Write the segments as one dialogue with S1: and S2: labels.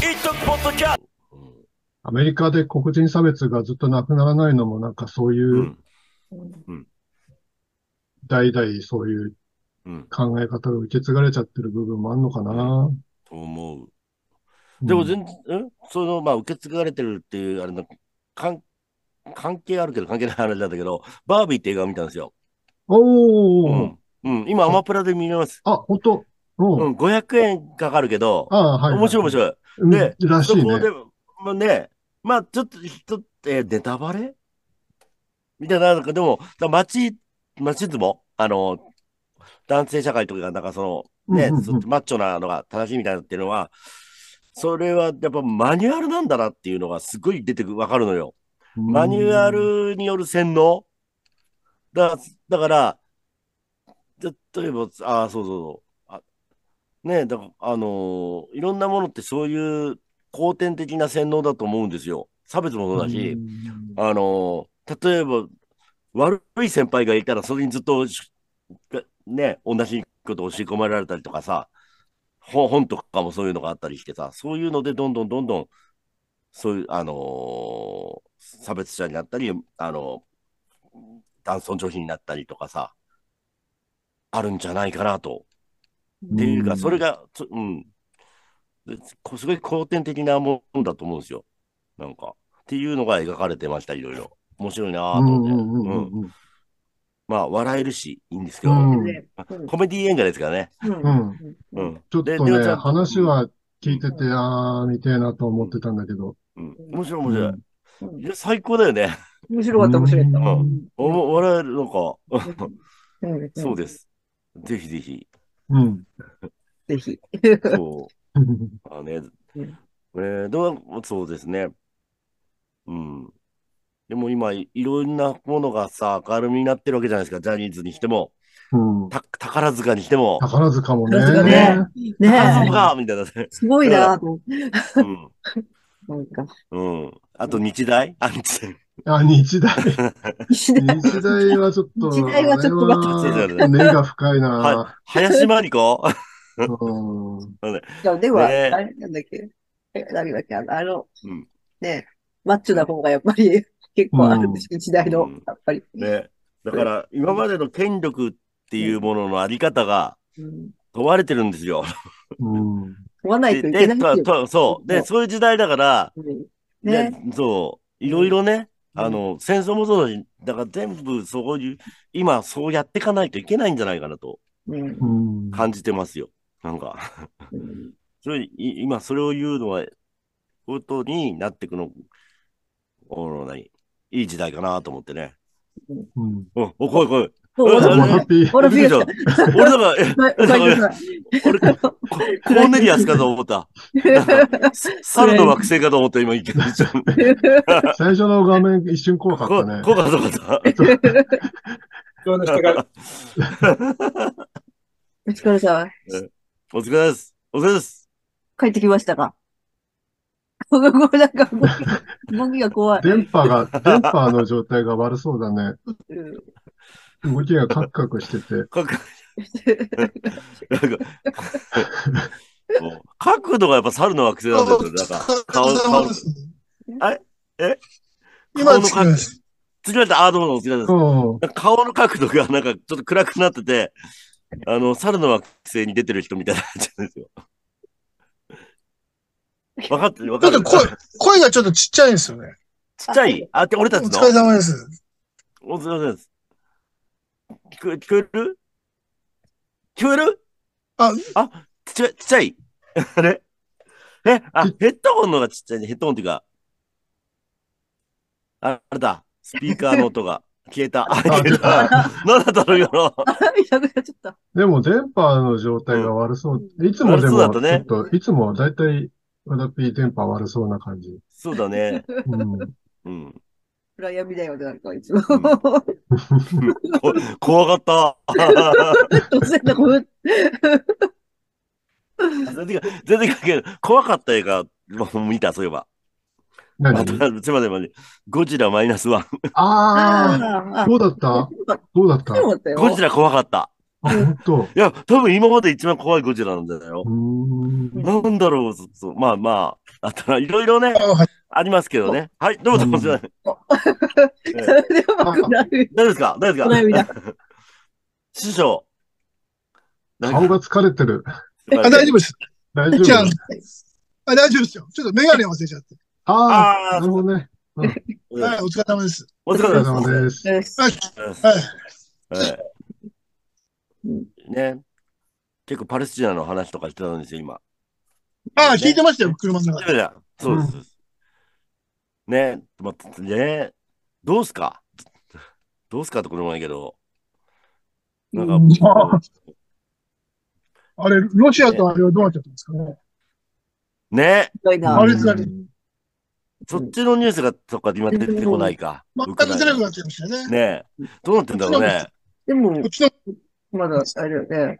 S1: イトポッドキャスト
S2: アメリカで黒人差別がずっとなくならないのも、なんかそう
S1: う
S2: いう、
S1: ん
S2: 代々そういう
S1: うん
S2: 考え方が受け継がれちゃってる部分もあるのかな。
S1: と思う。
S2: うん
S1: でも全然、うんそのまあ受け継がれてるっていうあれの関関係あるけど関係ないあれなんだけど、バービーって映画を見たんですよ。
S2: お
S1: う
S2: ー、
S1: ん、うん、今アマプラで見れます。
S2: あ、本当うん。
S1: うん、500円かかるけど、
S2: ああ、はい、はい。
S1: 面白い面白い。
S2: うん
S1: で
S2: らし
S1: そ
S2: い
S1: こ
S2: ね。
S1: で、まあね、まあちょっと、人って、ネタバレみたいな、なんかでも、街、街でも、あの、男性社会とか、なんかその、ね、
S2: うんうんうん
S1: そっちマッチョなのが正しいみたいなっていうのは、それはやっぱマニュアルなんだなっていうのがすごい出てくる、わかるのよ。
S2: うん
S1: マニュア。ルによる洗脳だだから、例えば、ああ、そうそうそう。あねえ、だから、あのーいろんなものってそういう後天的な洗脳だと思うんですよ。差別もそうだし、
S2: うん
S1: あのー例えば、悪い先輩がいたら、それにずっとし、ね、同じことを教え込まれたりとかさ、ほ本とかもそういうのがあったりしてさ、そういうので、どんどんどんどん、そういう、あのー差別者になったり、あのー男尊女卑になったりとかさ、あるんじゃないかなと。っていう
S2: う
S1: か、
S2: ん
S1: それが、つうん。ですこすごい後天的なもんだと思うんですよ。なんか。っていうのが描かれてました、いろいろ。面白いなぁと思って。
S2: うんうんうん
S1: うん
S2: うん
S1: まあ、笑えるし、いいんですけ
S2: う
S1: ど、
S2: ん
S1: コメディ映画ですからね。
S2: うん
S1: う
S3: うん
S1: ん。
S2: ちょっ
S1: で
S2: と
S1: で
S2: ね
S1: もちゃん、と
S2: 話は聞いてて、ああ、見てえなと思ってたんだけど。
S1: うん。面白い、面白い。
S3: うん
S1: いや、最高だよね。
S3: 面白かった、面白かった。
S1: うん
S3: うん
S1: おも笑えるのか。
S3: うんうん
S1: そうです。ぜひぜ ひ。
S2: うん。
S3: ぜひ。
S1: そう。
S2: うん
S1: あね、
S3: うん
S1: えー、どうそうですね。うん。でも今、いいろんなものがさ、明るみになってるわけじゃないですか。ジャニーズにしても、
S2: うん
S1: た宝塚にしても、
S2: 宝塚も
S3: 宝塚
S2: ね
S3: ね。ね
S1: 宝
S3: え、
S1: 塚みたいなね。
S3: すごいなと思って。
S1: うん。
S3: なんか、
S1: うん。あと、日大 あ、日大。
S2: あ、日大。
S3: 石田
S2: 日大はちょっと、
S3: 日大はちょっとまた
S2: あれは根が深いな
S1: は。林真理子
S2: うん
S3: じゃあでは、あ
S1: ねえ
S3: れなんだっけえ、何だっけあのあの
S1: うん、
S3: ねえ、マッチョな方がやっぱり結構あるんですよ、時代の
S1: うん、
S3: やっぱり。
S1: ね。だから、今までの権力っていうもののあり方が
S3: うん
S1: 問われてるんですよ。
S2: うん
S3: 問わない
S1: で、
S3: といけない
S1: でと
S3: ですよ。
S1: とそう。で、そういう時代だから、
S3: うん
S1: ね
S3: ね、
S1: そう、いろいろね、
S3: うん
S1: あの、戦争もそうだし、だから全部そういう、今そうやっていかないといけないんじゃないかなと
S3: うん
S2: うん
S1: 感じてますよ。なんか、
S3: うん
S1: それ、い今それを言うのは、ことになってくの、おの何、いい時代かなと思ってね。
S2: うん
S1: うん、お、来い来い。
S3: そう
S1: あ
S3: 俺
S1: れ
S2: モ
S3: も
S2: ラ
S3: ね
S2: ピー
S3: ほら
S1: びっくりした俺だから、え、
S3: ごめんなさい
S1: 俺、ココーネリアスかと思 った。猿の惑星かと思った、今、一回。
S2: 最初の画面一瞬怖かった
S1: こ
S2: ね。
S1: 怖かった、怖かった。
S4: 今日の人が、
S3: お疲れ様。
S1: お疲れです。お疲れです。
S3: 帰ってきましたかごめんごめんなんか動き、動きが怖い。
S2: 電波が、電波の状態が悪そうだね。
S3: うん
S2: 動きがカクカクしてて。
S1: かかなんか、 そう角度がやっぱ猿の惑星なんですよ。なんか、顔、顔、
S4: 今作りまし
S1: 釣られた、あー、どうもどうも、釣られた。
S2: うん。
S1: 顔の角度がなんかちょっと暗くなってて、あの、猿の惑星に出てる人みたいになっちゃうん ですよ。分かってる、分
S4: た。
S1: か
S4: ちょ
S1: る。
S4: っと声、声がちょっとちっちゃいんですよね。
S1: ちっちゃいあ、って俺
S4: お
S1: たちの
S4: 疲れ様です。
S1: お疲れ様です。聞こえ、聞こえる聞こえる
S4: あ、
S1: あ、ちっちゃい、ちっちゃい。あれえ、あ、ヘッドホンのがちっちゃいね。ヘッドホンっていうか。ああれだ。スピーカーの音 が消えた。あ、消えた。何だったの今の。
S3: いなくなっちゃった。
S2: でも電波の状態が悪そう。いつもで
S1: 悪そうだ
S2: も、
S1: と
S2: ちょっ
S1: ね
S2: と、いつもだいたいワラピー電波悪そうな感じ。
S1: そうだね。
S2: うん。
S1: うん。
S3: 暗闇だよね、なんかいつも。
S1: うんこ怖かった。
S3: 突然のこの、
S1: 全然か、全然かける。怖かった映画も見た、そういえば。
S2: 何
S1: あと、ちょっと待って待って。ゴジラマイナスワン。
S2: あ
S3: あ
S2: あ、どうだった
S3: あ、
S2: どうだった
S3: そうだったよ。
S1: ゴジラ怖かった。
S2: あ、本当。う
S1: いや、多分今まで一番怖いゴジラなんだよ
S2: ー。ん。
S1: なんだろう、そうそうまあまあ、あったらいろいろね、
S4: あはい
S1: ありますけどね。はい、どうぞ、
S2: うん
S1: こちら。
S3: それでうまくなる。
S1: 大丈夫ですか大丈夫
S3: お悩み
S1: です
S3: だ
S1: か師匠。
S2: 顔が疲れてる。
S4: あ、大丈夫です。
S2: 大丈
S4: じゃあ
S2: 夫。、
S4: あ大丈夫ですよ。ちょっとメガネ忘れちゃって。
S2: あ
S1: あー
S2: あ、なるほどね。
S4: はい、お疲れ様です。
S1: お疲
S2: お疲
S1: れ
S2: れ
S1: 様
S2: 様です。
S3: よし
S4: はい、
S1: です。
S4: はい。
S1: はいね。結構パレスチナの話とかしてたんですよ、今。
S4: ああ、聞いてましたよ、車の
S1: だ
S4: 中
S1: か
S4: で。
S1: らそうです。ね、まあ、ね、どうすかどうすかってこともないけど。なんか、
S4: まあれ、ロシアとあれはどうなっちゃったんですかね。
S1: ね、
S3: すごいな
S4: あ。れだけ
S2: うん
S1: そっちのニュースがとか今出てこないか。
S4: 全く出なく
S1: ウ
S4: なっちゃいましたよ
S1: クライナ
S4: ね。
S1: ねどうなってんだろうね。
S3: でも
S4: こ、っちの、
S3: まだあれよね。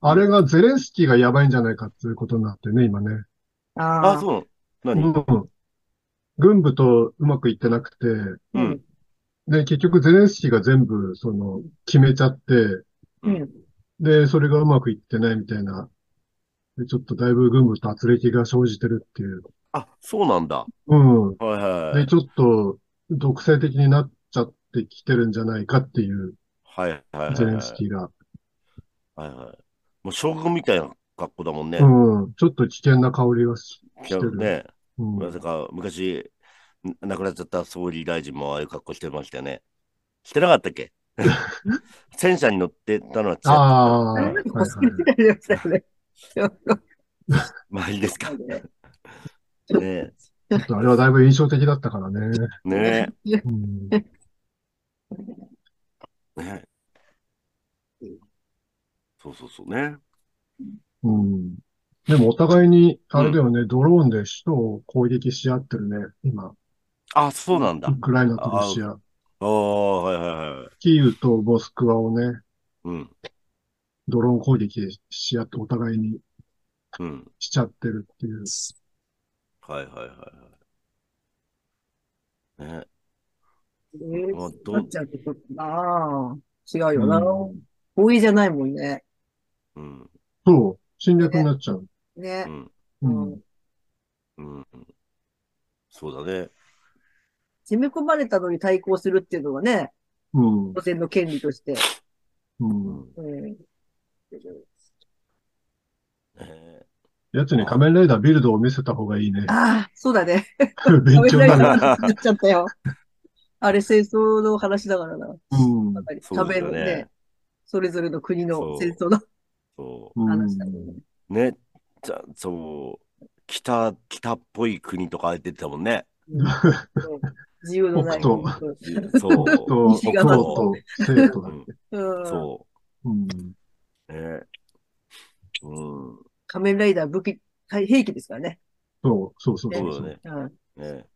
S2: あれがゼレンスキーがやばいんじゃないかっていうことになってね、今ね。
S3: あ
S1: あ、
S3: あ、
S1: そうな
S2: う
S1: の何
S2: ん。軍部とうまくいってなくて、
S1: うん。
S2: で、結局ゼレンスキーが全部、その、決めちゃって、
S3: うん。
S2: で、それがうまくいってないみたいな。で、ちょっとだいぶ軍部と圧力が生じてるっていう。
S1: あ、そうなんだ。
S2: うん。
S1: はいはいは
S2: で、
S1: い。
S2: ちょっと、独裁的になっちゃってきてるんじゃないかっていう、
S1: はいはいはい
S2: ゼレ
S1: は
S2: ン
S1: い。
S2: スキーが。
S1: はいはい。もう将軍みたいな格好だもんね。
S2: うん。ちょっと危険な香りがし、してる。
S1: ね。
S2: うん。
S1: まさか昔、ん亡くなっちゃった総理大臣もああいう格好してましたよね。してなかったっ け戦車に乗ってたのは違う。
S2: ああ、
S3: あ
S2: はい
S3: れ
S2: は
S3: なん
S2: い
S3: か腰みたいなやつだよね。
S1: まあいいですか。ねえ。
S2: ちょっとあれはだいぶ印象的だったからね。
S1: ね
S2: うん。
S1: え。ねえそうそうそうね。
S2: うん。でもお互いに、あれだよね、ドローンで首都を攻撃し合ってるね、今。
S1: あ、そうなんだ
S2: ウ。クライナとロシア。
S1: ああ、はいはいはい。
S2: キーウとモスクワをね、
S1: うん。
S2: ドローン攻撃し合って、お互いに
S1: うん。
S2: しちゃってるっていう。
S1: はいはいはいはい。ね
S3: え
S1: まあど
S3: なっちゃうことなあ。違うよな。合意じゃないもんね。
S1: うん。
S2: そう、侵略になっちゃう。
S3: ね
S1: う。ん。
S2: うん。
S1: うん。そうだね。
S3: 攻め込まれたのに対抗するっていうのはね、
S2: うん
S3: 当。然の権利として。
S2: うん。
S3: うん。
S1: ねえ
S2: やつに仮面ライダービルドを見せた方がいいね。
S3: ああ、そうだね。
S2: 勉強になる。
S3: なっちゃったよ。 あれ戦争の話だからな。
S2: うん。
S3: やっぱり
S1: そうです
S3: 壁
S1: よ
S3: の
S1: ね
S3: ね、それぞれの国の戦争の
S1: そう。
S2: うん
S3: 話だもんね。
S1: ね、じゃそう、北、北っぽい国とか出てたもん ね。
S3: うん自由のない
S2: 北
S3: 国。
S2: 斗
S1: そう。
S2: と、
S3: 西側
S2: 京都、生徒
S1: う
S2: だっ
S1: ん
S2: け。
S3: うん
S1: そ
S2: うん。
S1: う。ね。うん。
S3: 仮面ライダー武器、はい兵器ですからね。
S2: そう、そうそうそ
S1: そうう
S2: そ
S1: だ
S2: う。
S1: ね。
S3: うん。
S1: ね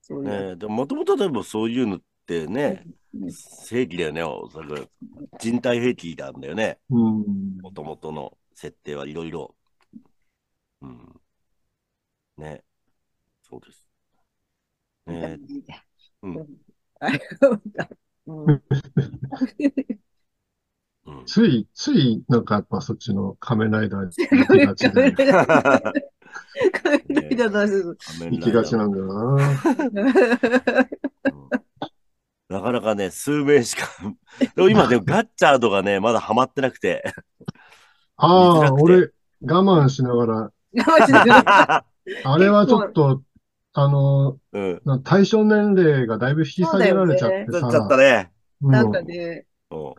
S3: そうね。
S1: ねでもともとでもそういうのってね
S3: うん、
S1: 兵器だよね、おそらく。人体兵器なんだよね。
S2: うん。
S1: もともとの設定はいろいろ。うん。ね。そうです。ね うん
S3: うん
S1: うん。
S2: つい、つい、なんかやっぱそっちの仮面ライダーに行きがちで、
S3: 仮面ライダーの話 です
S2: 行きがちなんだよな。
S1: うんなかなかね、数名しか。でも今でもガッチャードがね、まだハマってなくて。
S2: ああ、
S1: 見づらくて
S2: 俺、我慢しながら、
S3: 我慢しながら
S2: あれはちょっと、あの、
S1: うん。
S2: な対象年齢がだいぶ引き下げられちゃって
S1: な
S2: さ
S1: っちゃった、ね。
S2: うん
S3: なんかね、
S1: そ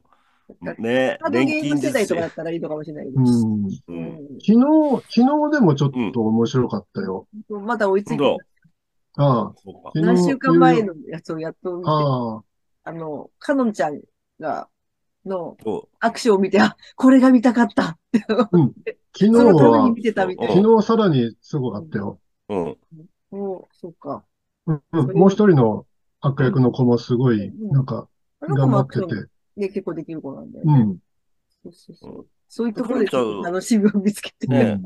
S1: う。ね
S3: カード
S1: 年
S3: ゲーム
S1: 金
S3: 世
S1: 術
S3: 代とかだったらいいのかもしれないけ
S2: う
S3: ど
S2: ん。昨
S1: うん。
S2: 日、昨日でもちょっと面白かったよ。
S3: うん。まだ追いつい
S1: 今
S3: てない
S1: 度、
S2: ああ、
S1: そうか。
S2: 昨日
S3: 何週間前のやつをやっと見て、
S2: ああ、
S3: あの、かのんちゃんが、の
S1: そ
S3: 握手を見て、あ、これが見たかったって。
S2: 昨日
S3: そのために
S2: は、
S3: 見てたみたいな。
S2: 昨日さらにすごかったよ。
S1: う。うん。
S3: もう、そっか。
S2: うん、うんもう一人の悪役の子もすごい、
S3: うん
S2: なんか、
S3: あの子
S2: 頑張
S3: もア
S2: っ
S3: クシ
S2: て
S3: ョ
S2: て。
S3: ンね、結構できる子なんだよ
S2: う
S3: ね。
S2: ん。
S3: そうそうそう。そういうところでちょっと
S1: か
S3: 楽しみを見つけて。
S1: ね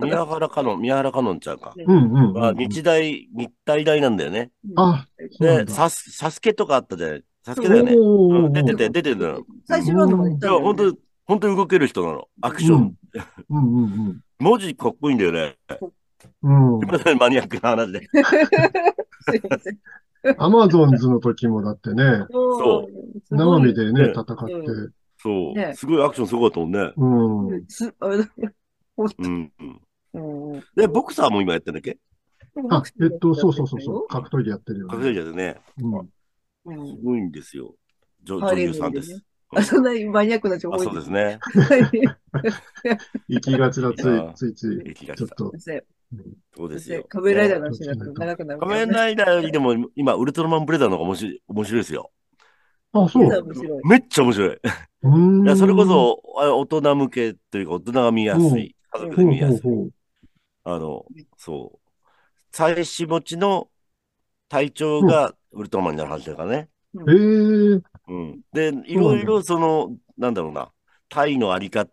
S1: 宮原かのん、宮原かのんちゃんか。
S2: うんうんうんうん。
S1: は日大、日体大なんだよね。
S2: あ、そうなん
S1: で、
S2: だ
S1: サス、サスケとかあったじゃないサスケだよね。
S2: おー
S1: うん出てて、出てるのよ。
S3: 最初のとこ行っ
S1: い
S3: た
S1: や、
S3: んだよね
S1: 本当本当動ける人なの。アクション。
S2: うんうん
S1: 文字かっこいいんだよね。
S2: うん。うん。
S1: マニアックな話で。
S3: すいません
S2: アマゾンズの時もだってね、
S1: そ
S3: すごい
S2: 生身でね、
S1: うん
S2: 戦って、
S1: そう。
S3: ね
S1: すごいアクションすごかったもんね。
S2: うん。
S3: すあのほんと
S1: うん。うん
S3: うん
S1: で、ボクサーも今やってんだっけ
S2: あ、えっと、そうそうそうそう、格闘技やってるよ
S1: 隠
S2: ね。
S1: れちゃってね。
S2: うん。
S3: うん
S1: すごいんですよ。女
S3: ハー
S1: 女
S3: レ
S1: 優
S3: ム
S1: さんです。
S3: あ、そんなにマニアックな情
S1: あ、
S3: 報
S1: そうですね。
S2: 行きがちだ、つ
S1: いや
S2: い、ついつい。
S1: 駅が
S2: ちょ
S1: 来。
S2: ったと。
S3: すいま
S1: そうで
S3: せん
S1: すよ。
S3: 仮面ライダーの話になると長くなる。
S1: 仮面ライダーよりでも今、ウルトラマンブレザーの方が面白い面白いですよ。
S2: あ、そ
S3: ブ
S2: う。
S3: レザー
S2: う
S3: 面白い。
S1: めっちゃ面白い。い
S2: ーん。
S1: やそれこそあ大人向けというか、大人が見やすい。家族
S2: ほ
S1: で
S2: う
S1: 見や
S2: ほ
S1: す
S2: う
S1: い。
S2: ほう。
S1: あの、そう。妻子持ちの隊長がウルトラマンになる話だからね。
S2: え
S1: う
S2: え、
S1: ん。で、いろいろその、なんだろうな、タイのあり方、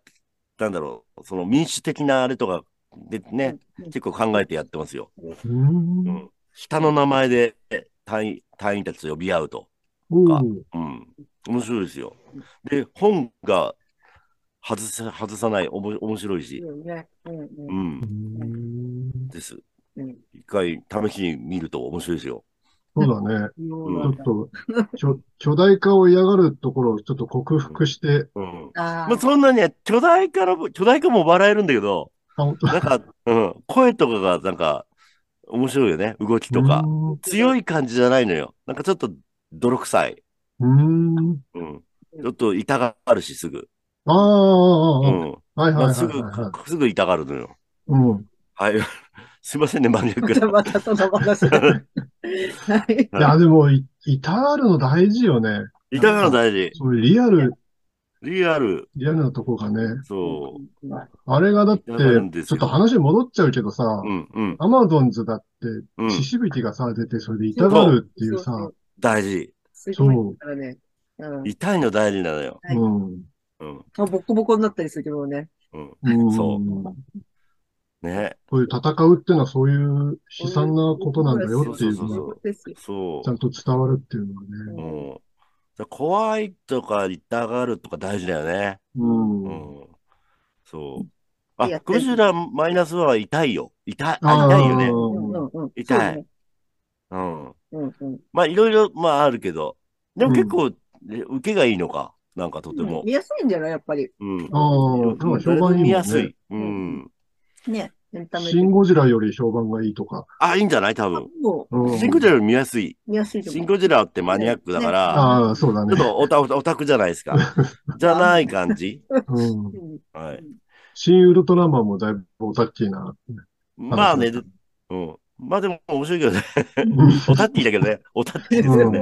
S1: なんだろう、その民主的なあれとかでね、結構考えてやってますよ。
S2: うーん。
S1: うん。下の名前で隊員隊員たちと呼び合うと。
S2: お
S1: か
S2: ー
S1: うん。面白いですよ。で、本が外せ外さない、おも面白いし。
S3: うんねう
S1: う。
S3: んうん
S2: うんーん。
S1: です。
S3: うん
S1: 一回試しに見ると面白いですよ。
S2: そうだね。
S3: そう
S2: ち
S3: な
S2: ょ
S3: ん
S2: っ
S3: だ
S2: と、ちょ、巨大化を嫌がるところをちょっと克服して、
S1: うん。まあ、
S3: あー
S1: そんなに巨大化の、巨大化も笑えるんだけど、
S2: あ、本当
S1: なんか、 うん、声とかがなんか、面白いよね、動きとか。強い感じじゃないのよ。なんかちょっと泥臭い。
S2: うーん。
S1: うん。ちょっと痛がるし、すぐ。
S2: あーあ
S1: う
S2: ー、あー
S1: ん。
S2: あーはいはい
S1: ま
S2: は
S1: あ
S2: い
S1: すぐ
S2: はいはい。、
S1: すぐ痛がるのよ。
S2: うん。
S1: はい。 すいませんね、マニア ック
S3: じゃあ
S1: な。
S3: またその話。 はい。
S2: いや、でも、い、いたわるの大事よね。
S1: 痛がるの大事。
S2: そういうリアル、
S1: リアル。
S2: リアルなとこがね。
S1: そ
S2: あれがだって、
S1: いたわるんです
S2: ちょ
S1: よ
S2: っと話戻っちゃうけどさ
S1: う。う、ん、うん、
S2: アマゾンズだって、
S1: うん。
S2: 血しぶきがさ、出て、それでいたがるっていうさ、。
S1: 大事。
S3: そうそうすごいからね。うん
S1: 痛いの大事なのよ。
S3: そうう
S1: う
S3: ん
S1: ん、
S3: あボコボコになったりするけどね。
S1: うん。
S2: うん。
S1: そう
S2: こ
S1: ね。
S2: ういう戦うってのはそういう悲惨なことなんだよっていう
S1: そうそう
S2: の
S1: そ
S2: が、
S1: う
S3: ですよ
S1: そ
S2: ちゃんと伝わるっていうのは
S1: う。
S2: ね。
S1: うん。だから怖いとか痛がるとか大事だよね。
S2: うん。
S1: うん。そう。あ
S3: やっ、て
S1: ク
S3: る
S1: ジラマイナスワンは痛いよ。痛い。
S2: あ
S1: あ、
S2: ー
S1: 痛いよね。
S3: うんうんうん
S1: 痛い
S3: そうね
S1: うん。
S3: うんうん
S1: まあ、いろいろ、まあ、あるけど。でも
S2: うん
S1: 結構、ね受けがいいのか。なんかとても
S3: 見。やすいんじゃないやっぱり。
S1: うん。
S2: ああ、なんか評判いいもん
S1: 見やす
S2: ね
S1: い。。うん。
S3: ね。エンタメで
S2: シン・ゴジラより評判がいいとか。
S1: あ、いいんじゃない多分。
S3: も
S2: うん
S1: シンゴジラより見やすい。
S3: う見やすいと
S1: シ
S3: 思
S1: ン
S3: う。
S1: ゴジラってマニアックだから、
S2: ああ、そうだ
S1: ちょっ
S2: ね。
S1: とオタオタオタクじゃないですか。じゃない感じ。
S2: うん。
S3: うん
S1: はい。
S2: 新ウルトラマンもだいぶオタッキーな。
S1: まあね、
S2: う
S1: うん。まあでも面白いけどね。
S2: うん
S1: オタッティだけどね。オタッティですよね。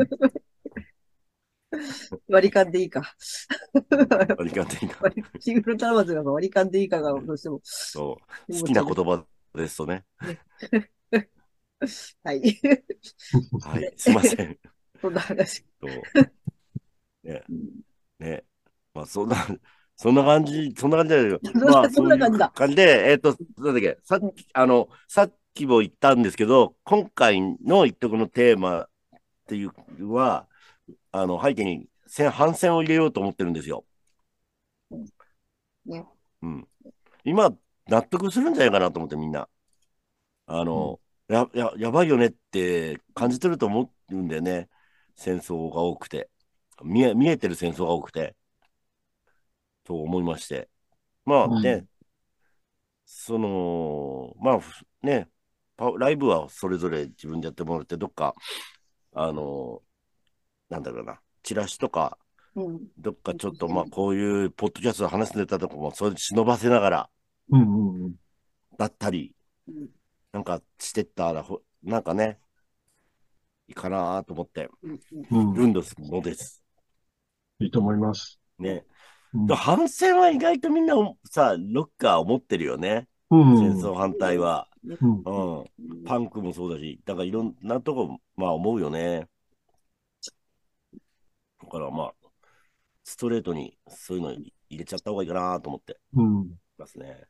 S3: 割り勘でいいか。
S1: ありがたいな
S3: 割りシングルタワーズが割り勘でいいかがどうしても。
S1: そう。好きな言葉ですとね。
S3: はい。
S1: はい。すいません。
S3: そんな話。
S1: と、ね、ね、まあそんな、 そんな感じ、そんな感じだよ。
S3: そんな
S1: まあ、
S3: そんな感じだ
S1: そういう感じで、えっ、と、なんだっけ、さっき、あの、さっきも言ったんですけど、今回の一徳のテーマっていうのは、あの、背景に線、反戦を入れようと思ってるんですよ。
S3: ね
S1: うん。今、納得するんじゃないかなと思って、みんな。あの、や、や、やばいよねって感じてると思うんだよね。戦争が多くて。見え、見えてる戦争が多くて、と思いまして。まあね、
S2: う
S1: その、まあふね、パライブはそれぞれ自分でやってもらって、どっか、あのなんだろうな、チラシとか、
S3: うん。
S1: どっかちょっとまあこういうポッドキャストで話すネタとかもそれで忍ばせながら
S2: うんうん。
S1: だったり
S3: うん、
S1: なんかしてったらほ、なんかね、いいかなと思って
S3: うん
S2: うん。
S1: るんですのです。
S2: いいと思います。
S1: ね。
S2: うん
S1: でも反戦は意外とみんなさ、ロッカー思ってるよね。
S2: うん
S1: 戦争反対は。
S2: うん
S1: うん。パンクもそうだし、だからいろんなとこ、まあ思うよね。だからまあ、ストレートにそういうの入れちゃった方がいいかなと思って
S2: うん。
S1: ますね。